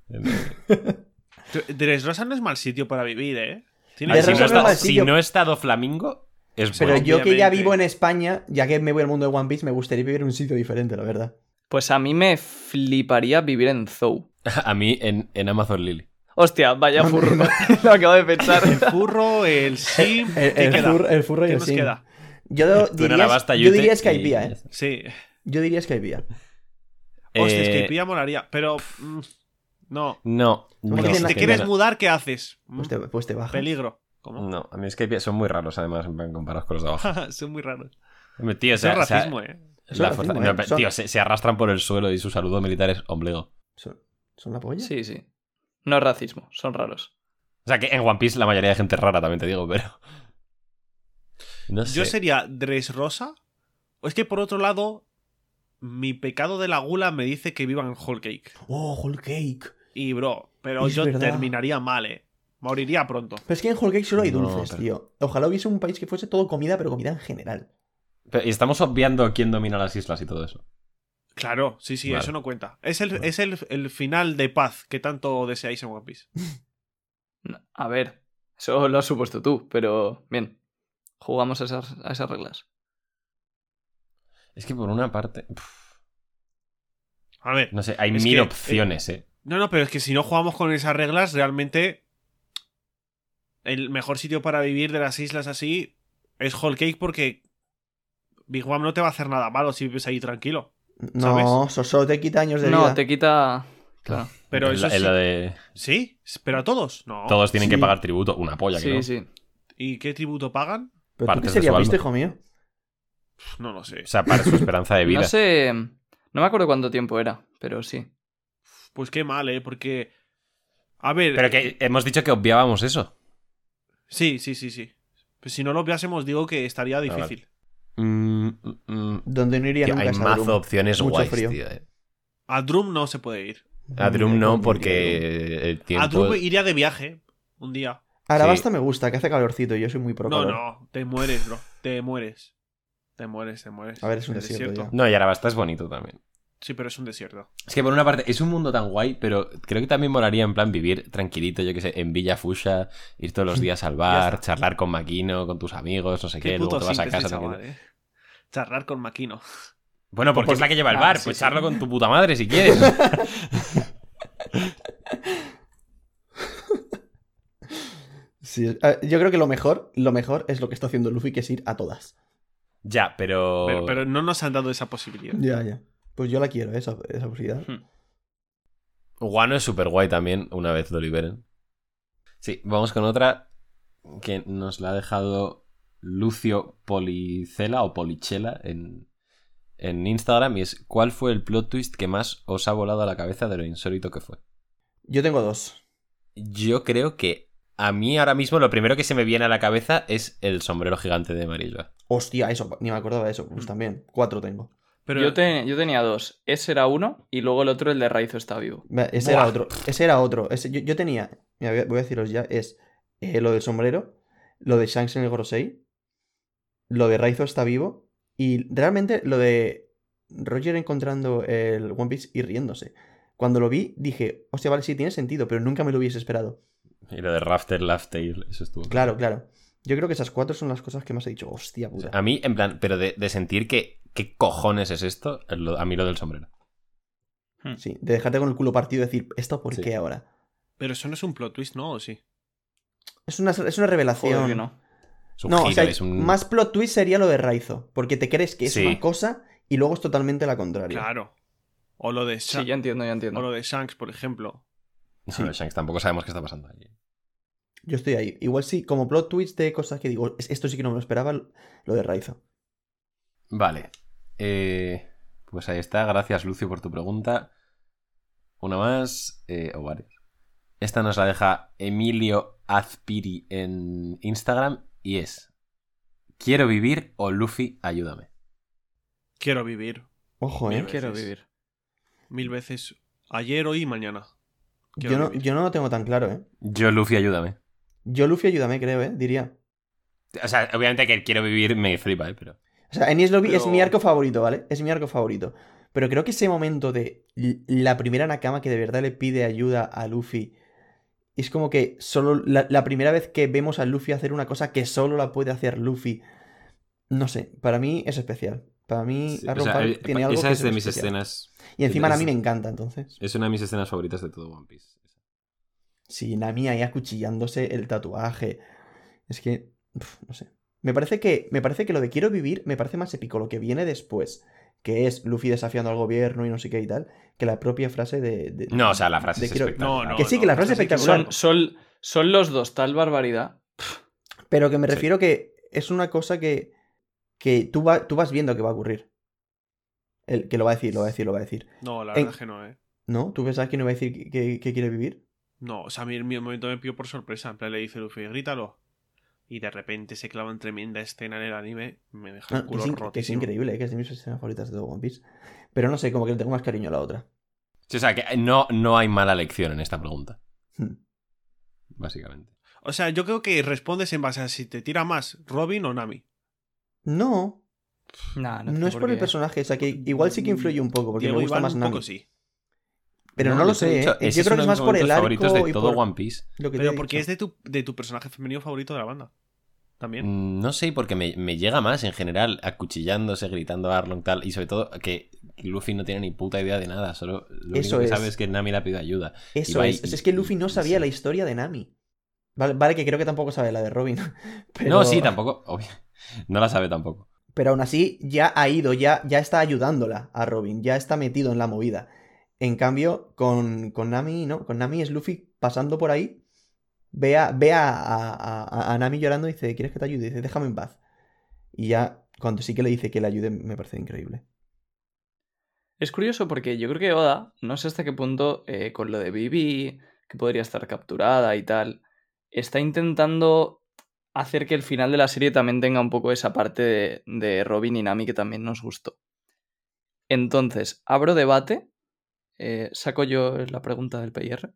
Dressrosa no es mal sitio para vivir, ¿eh? Tiene Ah, Ay, si, no Rosa cosas- no está, es si yo- no he estado Flamingo, es Pero bueno. yo que ya Obviamente. vivo en España, ya que me voy al mundo de One Piece, me gustaría vivir en un sitio diferente, la verdad. Pues a mí me fliparía vivir en Zou. A mí en, en Amazon Lily. Hostia, vaya No, furro. no. Lo acabo de pensar. El furro, el sim. El, ¿Qué el queda? fur- el furro y ¿Qué el nos sim. queda? Yo Tú en diría, Alabasta, yo Yute, diría y- Skypiea, y ya ¿eh? está. Sí. Yo diría Skypiea. Hostia, es Eh, que pilla molaría. Pero. mm, no. No, Porque no, Porque si te no. quieres no, mudar, ¿qué haces? Mm, Pues te, pues te bajas. Peligro. ¿Cómo? No, a mí Skypiea son muy raros, además, en plan, comparados con los de abajo. Son muy raros. Hombre, Tío, o Eso sea, es o sea, racismo, ¿eh? Eso es la fuerza- racismo, ¿eh? no, pero, tío, se, se arrastran por el suelo y su saludo militar es ombligo. ¿Son, son la polla? Sí, sí. No es racismo, son raros. O sea, que en One Piece la mayoría de gente es rara, también te digo, pero. No sé. Yo sería Dressrosa. O es que por otro lado, mi pecado de la gula me dice que viva en Whole Cake. Oh, Whole Cake. Y bro, pero Es yo verdad. terminaría mal, eh. Moriría pronto. Pero es que en Whole Cake solo hay No, dulces, pero- tío. Ojalá hubiese un país que fuese todo comida, pero comida en general. Pero estamos obviando quién domina las islas y todo eso. Claro, sí, sí, Vale. eso no cuenta. Es, el, Vale. es el, el final de paz que tanto deseáis en One Piece. No, A ver, eso lo has supuesto tú, pero bien. Jugamos a esas, a esas reglas. Es que por una parte. pf, A ver. no sé, hay Es mil que- opciones, eh. No, no, pero es que si no jugamos con esas reglas, realmente el mejor sitio para vivir de las islas así es Whole Cake porque Big Mom no te va a hacer nada malo si vives ahí tranquilo. No, eso solo te quita años de vida. No, te quita. Claro. Pero En eso la- sí. Oh, en la de- ¿Sí? ¿Pero a todos? No. Todos tienen que Sí. pagar tributo. Una polla, que Sí, no. sí. ¿Y qué tributo pagan? Pero tú partes qué de sería su alma. viste, hijo mío. Pf, No lo sé. O sea, para su esperanza de vida. No sé. No me acuerdo cuánto tiempo era, pero sí. Pues qué mal, ¿eh? Porque... A ver... Pero que hemos dicho que obviábamos eso. Sí, sí, sí, sí. Pues si no lo viásemos, digo que Ah, estaría difícil. Mm, mm, mm. Donde no iría Tío, nunca hay es a mazo Drum. opciones Mucho guays, frío. tío. eh. A Drum no se puede ir. A Drum no, Coño, Drum. porque el A tiempo... Drum iría de viaje un día. Arabasta me gusta, que hace calorcito y yo soy muy pro No, calor. no, te mueres, bro. Te mueres. Te mueres, te mueres. A ver, es un El desierto No, y Arabasta es bonito también. Sí, pero es un desierto. Es que por una parte es un mundo tan guay, pero creo que también molaría en plan vivir tranquilito, yo que sé, en Villa Fusha, ir todos los días al Ya bar, está. charlar con Maquino, con tus amigos, no sé qué, Qué luego puto te vas a simple casa. este no sé qué. chaval, eh. Charlar con Maquino. Bueno, porque Por- es la que lleva el Ah, bar, sí, pues sí. charlo con tu puta madre si quieres. Sí, es- a- yo creo que lo mejor, lo mejor es lo que está haciendo Luffy, que es ir a todas. ya, pero... Pero, pero no nos han dado esa posibilidad. Ya, ya. Pues yo la quiero, esa, esa posibilidad. Guano es súper guay también, una vez lo liberen. Sí, vamos con otra que nos la ha dejado Lucio Policela o Polichela en, en Instagram y es ¿cuál fue el plot twist que más os ha volado a la cabeza de lo insólito que fue? Yo tengo dos. Yo creo que a mí ahora mismo lo primero que se me viene a la cabeza es el sombrero gigante de Marilba. Hostia, eso, ni me acordaba de eso. Pues también, cuatro tengo. Pero Yo, te- yo tenía dos. Ese era uno y luego el otro, el de Raizo, está vivo. Va, Ese Buah. era otro. Ese era otro. Ese, yo, yo tenía, mira, voy a- voy a deciros ya, es eh, lo del sombrero, lo de Shanks en el Gorosei, lo de Raizo está vivo y realmente lo de Roger encontrando el One Piece y riéndose. Cuando lo vi dije, hostia, vale, sí, tiene sentido, pero nunca me lo hubiese esperado. Y lo de Rafter Laugh Tale, eso estuvo. Claro, claro. Yo creo que esas cuatro son las cosas que más he dicho, hostia puta. A mí, en plan, pero de, de sentir que qué cojones es esto, lo- a mí lo del sombrero. Sí, de dejarte con el culo partido y decir, ¿esto por Sí. qué ahora? pero eso no es un plot twist, ¿no? ¿O sí? Es una, es una Joder, revelación. que no. Es un no, giro, o sea, es un- más plot twist sería lo de Raizo, porque te crees que es Sí. una cosa y luego es totalmente la contraria. Claro. O lo de, Sha- Sí, ya entiendo, ya o lo entiendo. de Shanks, por ejemplo. No, sí. no, Shanks, tampoco sabemos qué está pasando ahí. ¿eh? Yo estoy ahí. Igual sí, como plot twist de cosas que digo, "Es- esto sí que no me lo esperaba, lo de Raizo. Vale. Eh, pues ahí está. Gracias, Lucio, por tu pregunta. Una más. eh, o varias. Esta nos la deja Emilio Azpiri en Instagram y es. Quiero vivir o Luffy, ayúdame. Quiero vivir Ojo, Mira, eh. de- Quiero veces. vivir. mil veces ayer, hoy y mañana. Quiero Yo no, vivir. yo no lo tengo tan claro, eh. Yo, Luffy, ayúdame. Yo, Luffy, ayúdame, creo, eh, diría. O sea, obviamente que el quiero vivir me flipa, ¿eh? Pero. O sea, Enies Lobby es Pero- mi arco favorito, ¿vale? Es mi arco favorito. Pero creo que ese momento de l- la primera Nakama que de verdad le pide ayuda a Luffy. Es como que solo la, la primera vez que vemos a Luffy hacer una cosa que solo la puede hacer Luffy. No sé, para mí es especial. Para mí, Sí, Mm, Arrow o sea, Park eh, tiene algo esa que es de mis especial. escenas. Y encima a mí es- me encanta, entonces. Es una de mis escenas favoritas de todo One Piece. Sí, Nami ahí acuchillándose el tatuaje. Es que, pf, no sé. Me parece que, me parece que lo de quiero vivir me parece más épico lo que viene después, que es Luffy desafiando al gobierno y no sé qué y tal, que la propia frase de. de- No, o sea, la frase de es quiero- espectacular. No, no, Que sí, que la frase estás espectacular. Son, son, son los dos, tal barbaridad. Pero que me Sí. refiero que es una cosa que, que tú, va- tú vas viendo que va a ocurrir. El, que lo va a decir, lo va a decir, lo va a decir. No, la En- verdad que no, ¿eh? ¿No? ¿Tú pensabas que no iba a decir que, que- que quiere vivir? No, o sea, a mí en mi momento me pilló por sorpresa. En plan, le dice Luffy, grítalo. Y de repente se clava en tremenda escena en el anime. Me deja Ah, el que, culo es in- que es rotísimo. increíble, ¿eh? que es de mis escenas favoritas de todo One Piece. Pero no sé, como que le tengo más cariño a la otra. Sí, o sea, que no, no hay mala lección en esta pregunta, Hmm. básicamente. O sea, yo creo que respondes en base a si te tira más Robin o Nami. No, Nah, No, no, tiene es por el qué. personaje, o sea que igual sí que influye un poco, porque Diego me gusta Iván más un Nami. poco sí. Pero no, lo yo te he sé, dicho, ¿eh? ese yo creo uno que es de más mis por el momentos arco favoritos de y todo por One Piece. lo que te Pero he porque es dicho. de tu, de tu personaje femenino favorito de la banda. También. Mm, No sé, porque me, me llega más en general, acuchillándose, gritando a Arlong tal, y sobre todo que Luffy no tiene ni puta idea de nada, solo lo Eso único que es. sabe es que Nami le ha pedido ayuda. Eso Ibai es, es, y- es que Luffy y- no y sabía sí. la historia de Nami. Vale, vale que creo que tampoco sabe la de Robin. pero- No, sí, tampoco, obvio, no la sabe tampoco. Pero aún así, ya ha ido, ya, ya está ayudándola a Robin, ya está metido en la movida. En cambio, con, con Nami, ¿no? Con Nami es Luffy pasando por ahí, ve a, ve a, a- a- a Nami llorando y dice, ¿quieres que te ayude? Y dice, déjame en paz. Y ya, cuando sí que le dice que le ayude, me parece increíble. Es curioso porque yo creo que Oda, no sé hasta qué punto, eh, con lo de Vivi, que podría estar capturada y tal, está intentando hacer que el final de la serie también tenga un poco esa parte de, de Robin y Nami que también nos gustó. Entonces, abro debate. eh, saco yo la pregunta del PIR.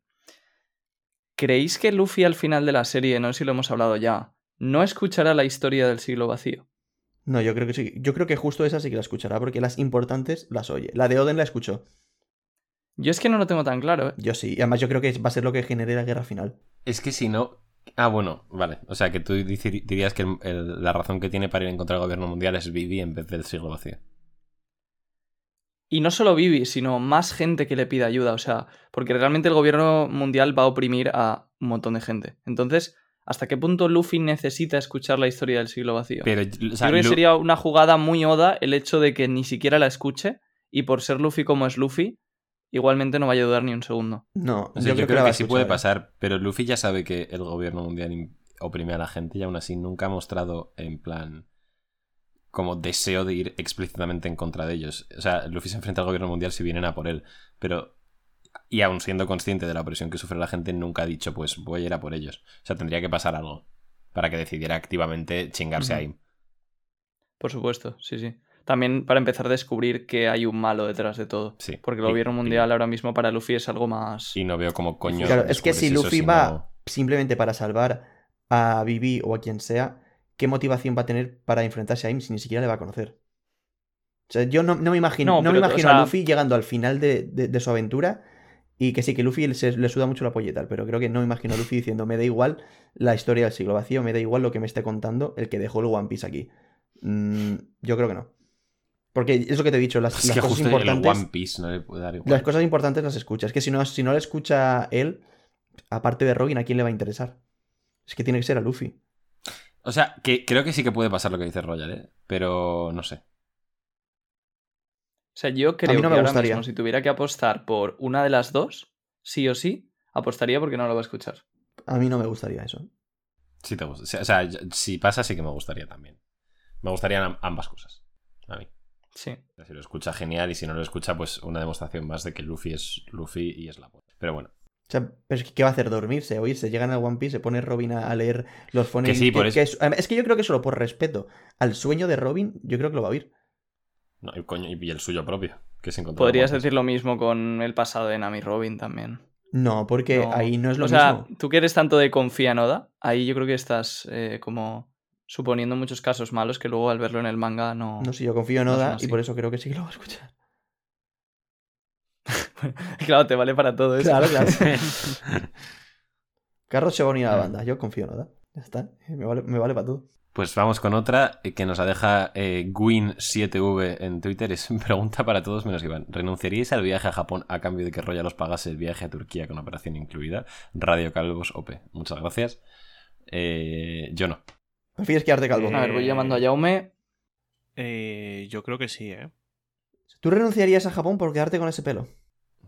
¿Creéis que Luffy al final de la serie, no sé si lo hemos hablado ya, no escuchará la historia del siglo vacío? No, yo creo que sí. Yo creo que justo esa sí que la escuchará, porque las importantes las oye. La de Oden la escuchó. Yo es que no lo tengo tan claro, ¿eh? Yo sí. Y además yo creo que va a ser lo que genere la guerra final. Es que si no. Ah, bueno, vale. O sea, que tú dici- dirías que el- el- la razón que tiene para ir en contra del gobierno mundial es Vivi en vez del siglo vacío. Y no solo Vivi, sino más gente que le pida ayuda, o sea, porque realmente el gobierno mundial va a oprimir a un montón de gente. Entonces, ¿hasta qué punto Luffy necesita escuchar la historia del siglo vacío? Pero, o sea, Yo creo que Lu- sería una jugada muy oda el hecho de que ni siquiera la escuche y por ser Luffy como es Luffy, igualmente no va a ayudar ni un segundo. No, o sea, yo, creo la que, va a sí escuchar, puede ¿eh? pasar, pero Luffy ya sabe que el gobierno mundial im- oprime a la gente y aún así nunca ha mostrado en plan como deseo de ir explícitamente en contra de ellos. O sea, Luffy se enfrenta al gobierno mundial si vienen a por él, pero... Y aún siendo consciente de la opresión que sufre la gente, nunca ha dicho, pues voy a ir a por ellos. O sea, tendría que pasar algo para que decidiera activamente chingarse Ujú. a Im. Por supuesto, sí, sí. También para empezar a descubrir que hay un malo detrás de todo. Sí. Porque el Y- gobierno y- mundial ahora mismo para Luffy es algo más... Y no veo cómo coño... Claro, es que descubres si eso Luffy no- va simplemente para salvar a Vivi o a quien sea, ¿qué motivación va a tener para enfrentarse a Im si ni siquiera le va a conocer? O sea, yo no, no me imagino, No, no, me pero, o imagino sea- a Luffy llegando al final de, de- de su aventura y que sí, que Luffy se- le suda mucho la polla y tal, pero creo que no me imagino a Luffy diciendo, me da igual la historia del siglo vacío, me da igual lo que me esté contando el que dejó el One Piece aquí. Mm, yo creo que no. Porque es lo que te he dicho, las, Es las que cosas justo el importantes... One Piece no le puede dar igual. Las cosas importantes las escuchas. Es que si no, si no la escucha él, aparte de Robin, ¿a quién le va a interesar? Es que tiene que ser a Luffy. O sea, que creo que sí que puede pasar lo que dice Roger, ¿eh? Pero no sé. O sea, yo creo no me que ahora gustaría. mismo, si tuviera que apostar por una de las dos, sí o sí, apostaría porque no lo va a escuchar. A mí no me gustaría eso. Si te gusta. O sea, yo- si pasa, sí que me gustaría también. Me gustarían am- ambas cosas. A mí. Sí. O sea, Si lo escucha, genial. Y si no lo escucha, pues una demostración más de que Luffy es Luffy y es la polla. Pero bueno. O sea, pero es que ¿qué va a hacer? ¿Dormirse? ¿Oírse? Llegan al One Piece, se pone Robin a a leer los fonentes. sí, por eso. es, además, es que yo creo que solo por respeto al sueño de Robin, yo creo que lo va a oír. No, y, coño, y el suyo propio. Que se encontró. Podrías decir lo mismo con el pasado de Nami Robin también. No, porque No. ahí no es lo o sea, mismo. tú que eres tanto de confía en Oda, ahí yo creo que estás eh, como suponiendo muchos casos malos que luego al verlo en el manga no... No sé, yo confío en no Oda son y así. por eso creo que sí que lo va a escuchar. claro, te vale para todo eso. Claro, claro. Carlos se va a Ah. unir a la banda. Yo confío en Oda. Ya está. Eh, Me vale, me vale para todo. Pues vamos con otra eh, que nos la deja eh, Gwyn7v en Twitter. Es pregunta para todos menos Iván. ¿Renunciaríais al viaje a Japón a cambio de que Royal os pagase el viaje a Turquía con operación incluida? Radio Calvos OP. Muchas gracias. Eh, yo no. Prefieres quedarte calvo. Eh, A ver, voy llamando a Yaume. Eh, yo creo que sí, ¿eh? ¿Tú renunciarías a Japón por quedarte con ese pelo?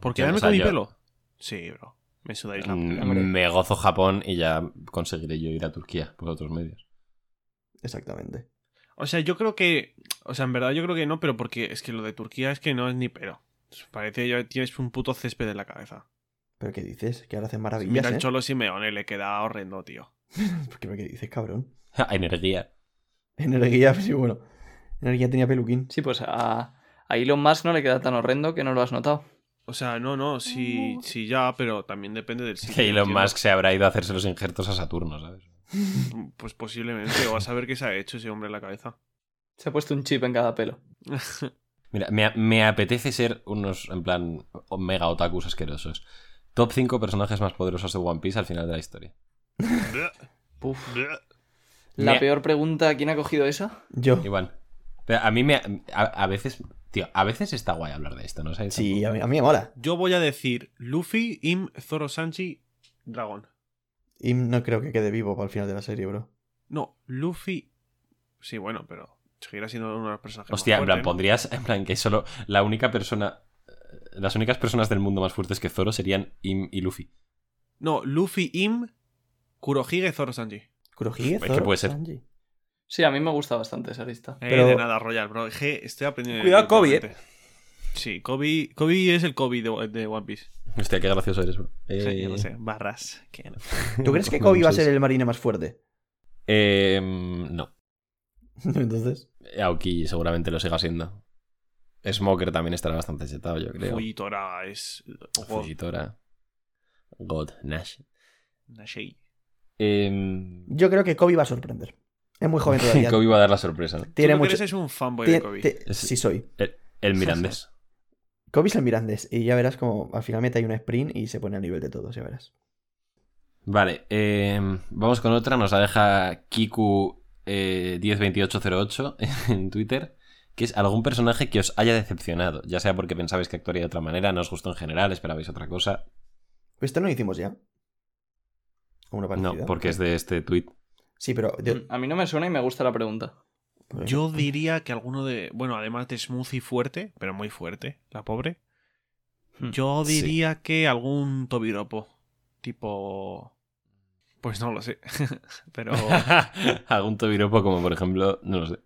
¿Por Yo, quedarme o sea, con yo- mi pelo? Sí, bro. Me sudáis la Mm, polla. hombre. Me gozo Japón y ya conseguiré yo ir a Turquía por otros medios. Exactamente. O sea, yo creo que. O sea, en verdad yo creo que no, pero porque es que lo de Turquía es que no es ni pero. Parece que ya tienes un puto césped en la cabeza. ¿Pero qué dices? Que ahora hacen maravillas, Mira el ¿eh? Cholo Simeone, le queda horrendo, tío. ¿Por qué, pero qué dices, cabrón? Ja, Energía. Energía, sí, bueno. Energía tenía peluquín. Sí, pues a, a Elon Musk no le queda tan horrendo que no lo has notado. O sea, no, no, sí, sí ya, pero también depende del sitio. Que Elon entiendo. Musk se habrá ido a hacerse los injertos a Saturno, ¿sabes? Pues posiblemente, o a saber qué se ha hecho ese hombre en la cabeza. Se ha puesto un chip en cada pelo. Mira, me, me apetece ser unos, en plan, mega otakus asquerosos. Top 5 personajes más poderosos de One Piece al final de la historia. Puf. La Me- peor pregunta, ¿quién ha cogido esa? Yo. Igual. Pero a mí me. A, a veces. Tío, a veces está guay hablar de esto, ¿no? ¿Sabes? Sí, a mí, a mí me mola. Yo voy a decir Luffy, Im, Zoro, Sanji, Dragón. Y no creo que quede vivo para el final de la serie, bro. No, Luffy. Sí, bueno, pero. seguirá siendo uno de los personajes más Hostia, en plan, ¿eh? fuertes, ¿no? pondrías en plan que solo la única persona. eh, Las únicas personas del mundo más fuertes que Zoro serían Im y Luffy. No, Luffy, Im, Kurohige, Zoro, Sanji. Eh, Kurohige, Es que Zoro, puede ser. Sanji. Sí, a mí me gusta bastante esa lista. Eh, Pero- de nada, Royal, bro. Je, estoy aprendiendo. Cuidado, de Kobe, eh. gente. Sí, Kobe, Kobe es el Kobe de, de One Piece. Hostia, qué gracioso eres, bro. Sí, yo Eh, no sé. Barras. que no. ¿Tú crees que Kobe va a entonces, ser el marine más fuerte? eh, no. Entonces, Aoki seguramente lo siga siendo. Smoker también estará bastante setado, yo creo. Fujitora es. ojo, Fujitora. God Nash. Nashei. Eh, yo creo que Kobe va a sorprender. Es muy joven todavía. Kobe va a dar la sorpresa. ¿no? Tiene Tú lo que mucho. eres es un fanboy de tie- Kobe. te- Es- Sí, soy. El Mirandés. Kobe es el Mirandés. Y ya verás como al final mete ahí un sprint y se pone al nivel de todos, ya verás. Vale, eh, vamos con otra. Nos la deja eh, Kiku102808 en Twitter. Que es algún personaje que os haya decepcionado. Ya sea porque pensabais que actuaría de otra manera, no os gustó en general, esperabais otra cosa. Pues esto no lo hicimos ya. ¿O una No, parecida? porque es de este tweet. Sí, pero. de- Mm, A mí no me suena y me gusta la pregunta. pues- Yo diría que alguno de. Bueno, además de Smoothie fuerte, pero muy fuerte, la pobre. Hmm. Yo Sí. diría que algún Tobiropo. Tipo. Pues no lo sé. pero. Oh. algún tobiropo, como por ejemplo, no lo sé.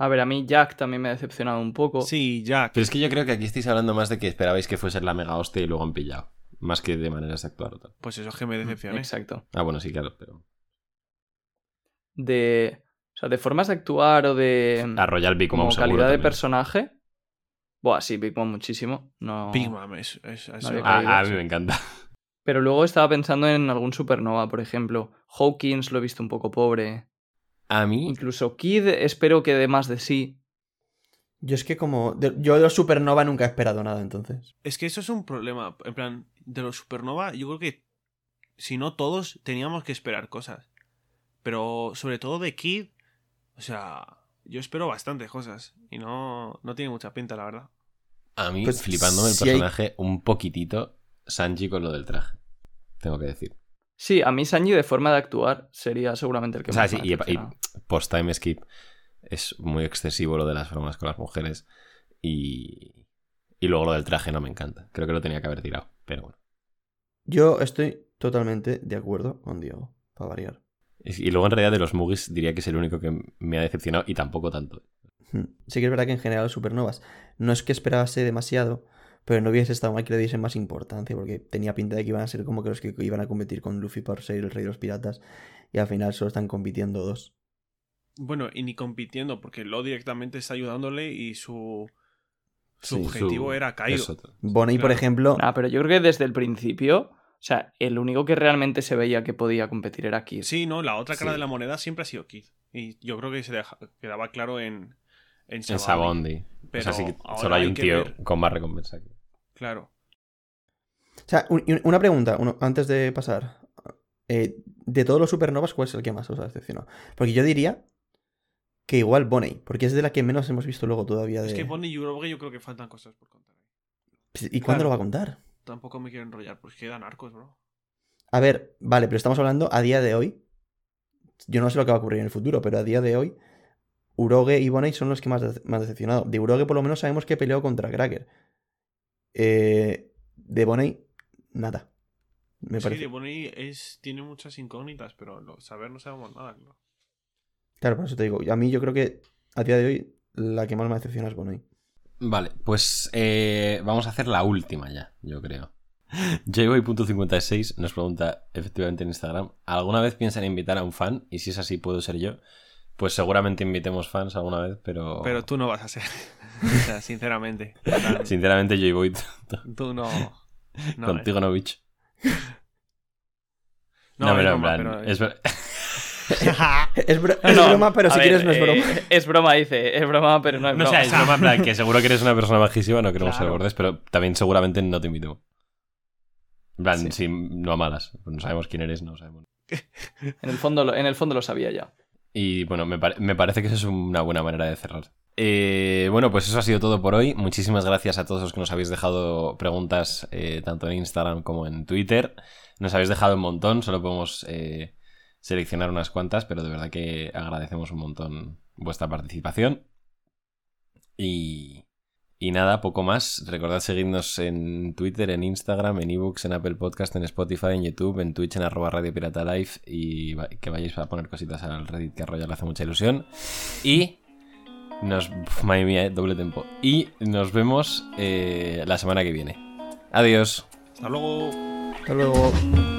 A ver, a mí Jack también me ha decepcionado un poco. Sí, Jack. Pero es que yo creo que aquí estáis hablando más de que esperabais que fuese la mega hostia y luego han pillado. Más que de maneras de actuar o tal. Pues eso es que me decepcioné. Exacto. Ah, bueno, sí, claro, pero. De, o sea, de formas de actuar o de mm, A Royal Big como Mom seguro calidad de también. personaje. Buah, sí, Big Mom muchísimo. No... Big Mom es. es- es- había Ah, caído. Ah, a mí me encanta. Pero luego estaba pensando en algún supernova, por ejemplo. Hawkins lo he visto un poco pobre. A mí. Incluso Kid espero que dé más de sí. Yo es que como. de- Yo de los Supernova nunca he esperado nada, entonces. Es que eso es un problema. En plan, de los Supernova, yo creo que si no todos teníamos que esperar cosas. Pero sobre todo de Kid, o sea, yo espero bastantes cosas. Y no, no tiene mucha pinta, la verdad. A mí, Pues flipándome el si hay- personaje un poquitito, Sanji con lo del traje. Tengo que decir. Sí, a mí Sanji de forma de actuar sería seguramente el que O sea, más sí, me ha y, decepcionado. post-time skip es muy excesivo lo de las bromas con las mujeres. Y. Y luego lo del traje no me encanta. Creo que lo tenía que haber tirado. Pero bueno. Yo estoy totalmente de acuerdo con Diego, para variar. Y y luego en realidad de los Mugis diría que es el único que me ha decepcionado y tampoco tanto. Hmm. Sí que es verdad que en general los Supernovas no es que esperase demasiado, pero no hubiese estado mal que le diesen más importancia, porque tenía pinta de que iban a ser como que los que iban a competir con Luffy por ser el rey de los piratas, y al final solo están compitiendo dos. Bueno, y ni compitiendo, porque Lo directamente está ayudándole y su, su Sí, objetivo su- era Kaido. es otro. Bonnie, por Claro. ejemplo, Nah, Ah, pero yo creo que desde el principio, o sea, el único que realmente se veía que podía competir era Kid. Sí, no, la otra cara Sí. de la moneda siempre ha sido Kid. Y yo creo que se deja- quedaba claro en, en En Sabaody. Sabondi. O Pero sea, sí que ahora solo hay un que tío ver, con más recompensa. que- Claro. O sea, un- y un- una pregunta, uno- antes de pasar. Eh, de todos los supernovas, ¿cuál es el que más os ha decepcionado? Porque yo diría que igual Bonnie, porque es de la que menos hemos visto luego todavía. De... Pues, Es que Bonnie y Uroge yo creo que faltan cosas por contar. ¿Y cuándo claro. lo va a contar? Tampoco me quiero enrollar, porque quedan arcos, bro. A ver, vale, pero estamos hablando a día de hoy. Yo no sé lo que va a ocurrir en el futuro, pero a día de hoy, Uroge y Bonnie son los que más dece- me han decepcionado. De Uroge, por lo menos, sabemos que peleó contra Cracker. Eh, de Bonnie, nada. Me sí, parece. de Bonnie es, tiene muchas incógnitas, pero lo- saber no sabemos nada, claro. Claro, por eso te digo. A mí yo creo que a día de hoy la que más me decepciona es Bonnie. Vale, pues eh, vamos a hacer la última ya, yo creo. Jboy.56 nos pregunta efectivamente en Instagram, ¿alguna vez piensan invitar a un fan? Y si es así, ¿puedo ser yo? Pues seguramente invitemos fans alguna vez, pero... Pero tú no vas a ser. o sea, sinceramente. en plan, Sinceramente, Jboy, Tú no. No, contigo no, bitch. No, No, es pero en broma, plan, pero- es ver- Es, bro- No, es no, broma, pero a si ver, quieres no es broma. eh, es broma, dice. Es broma, pero no es No, broma. o sea, es broma, en plan, que seguro que eres una persona bajísima, no queremos ser Claro. bordes, pero también seguramente no te invitemos. En plan, Sí. si no a malas. pues No sabemos quién eres, no sabemos. En el fondo, lo- en el fondo lo sabía ya. Y bueno, me, pare- me parece que eso es una buena manera de cerrar. Eh, bueno, pues eso ha sido todo por hoy. Muchísimas gracias a todos los que nos habéis dejado preguntas, eh, tanto en Instagram como en Twitter. Nos habéis dejado un montón, solo podemos eh, seleccionar unas cuantas, pero de verdad que agradecemos un montón vuestra participación. Y, y nada, poco más. Recordad seguirnos en Twitter, en Instagram, en ebooks, en Apple Podcast, en Spotify, en YouTube, en Twitch, en arroba Radio Pirata Live y va- que vayáis a poner cositas al Reddit que a Royal le hace mucha ilusión. Y nos... Uf, madre mía, eh, doble tempo. Y nos vemos eh, la semana que viene. Adiós. Hasta luego. Hasta luego.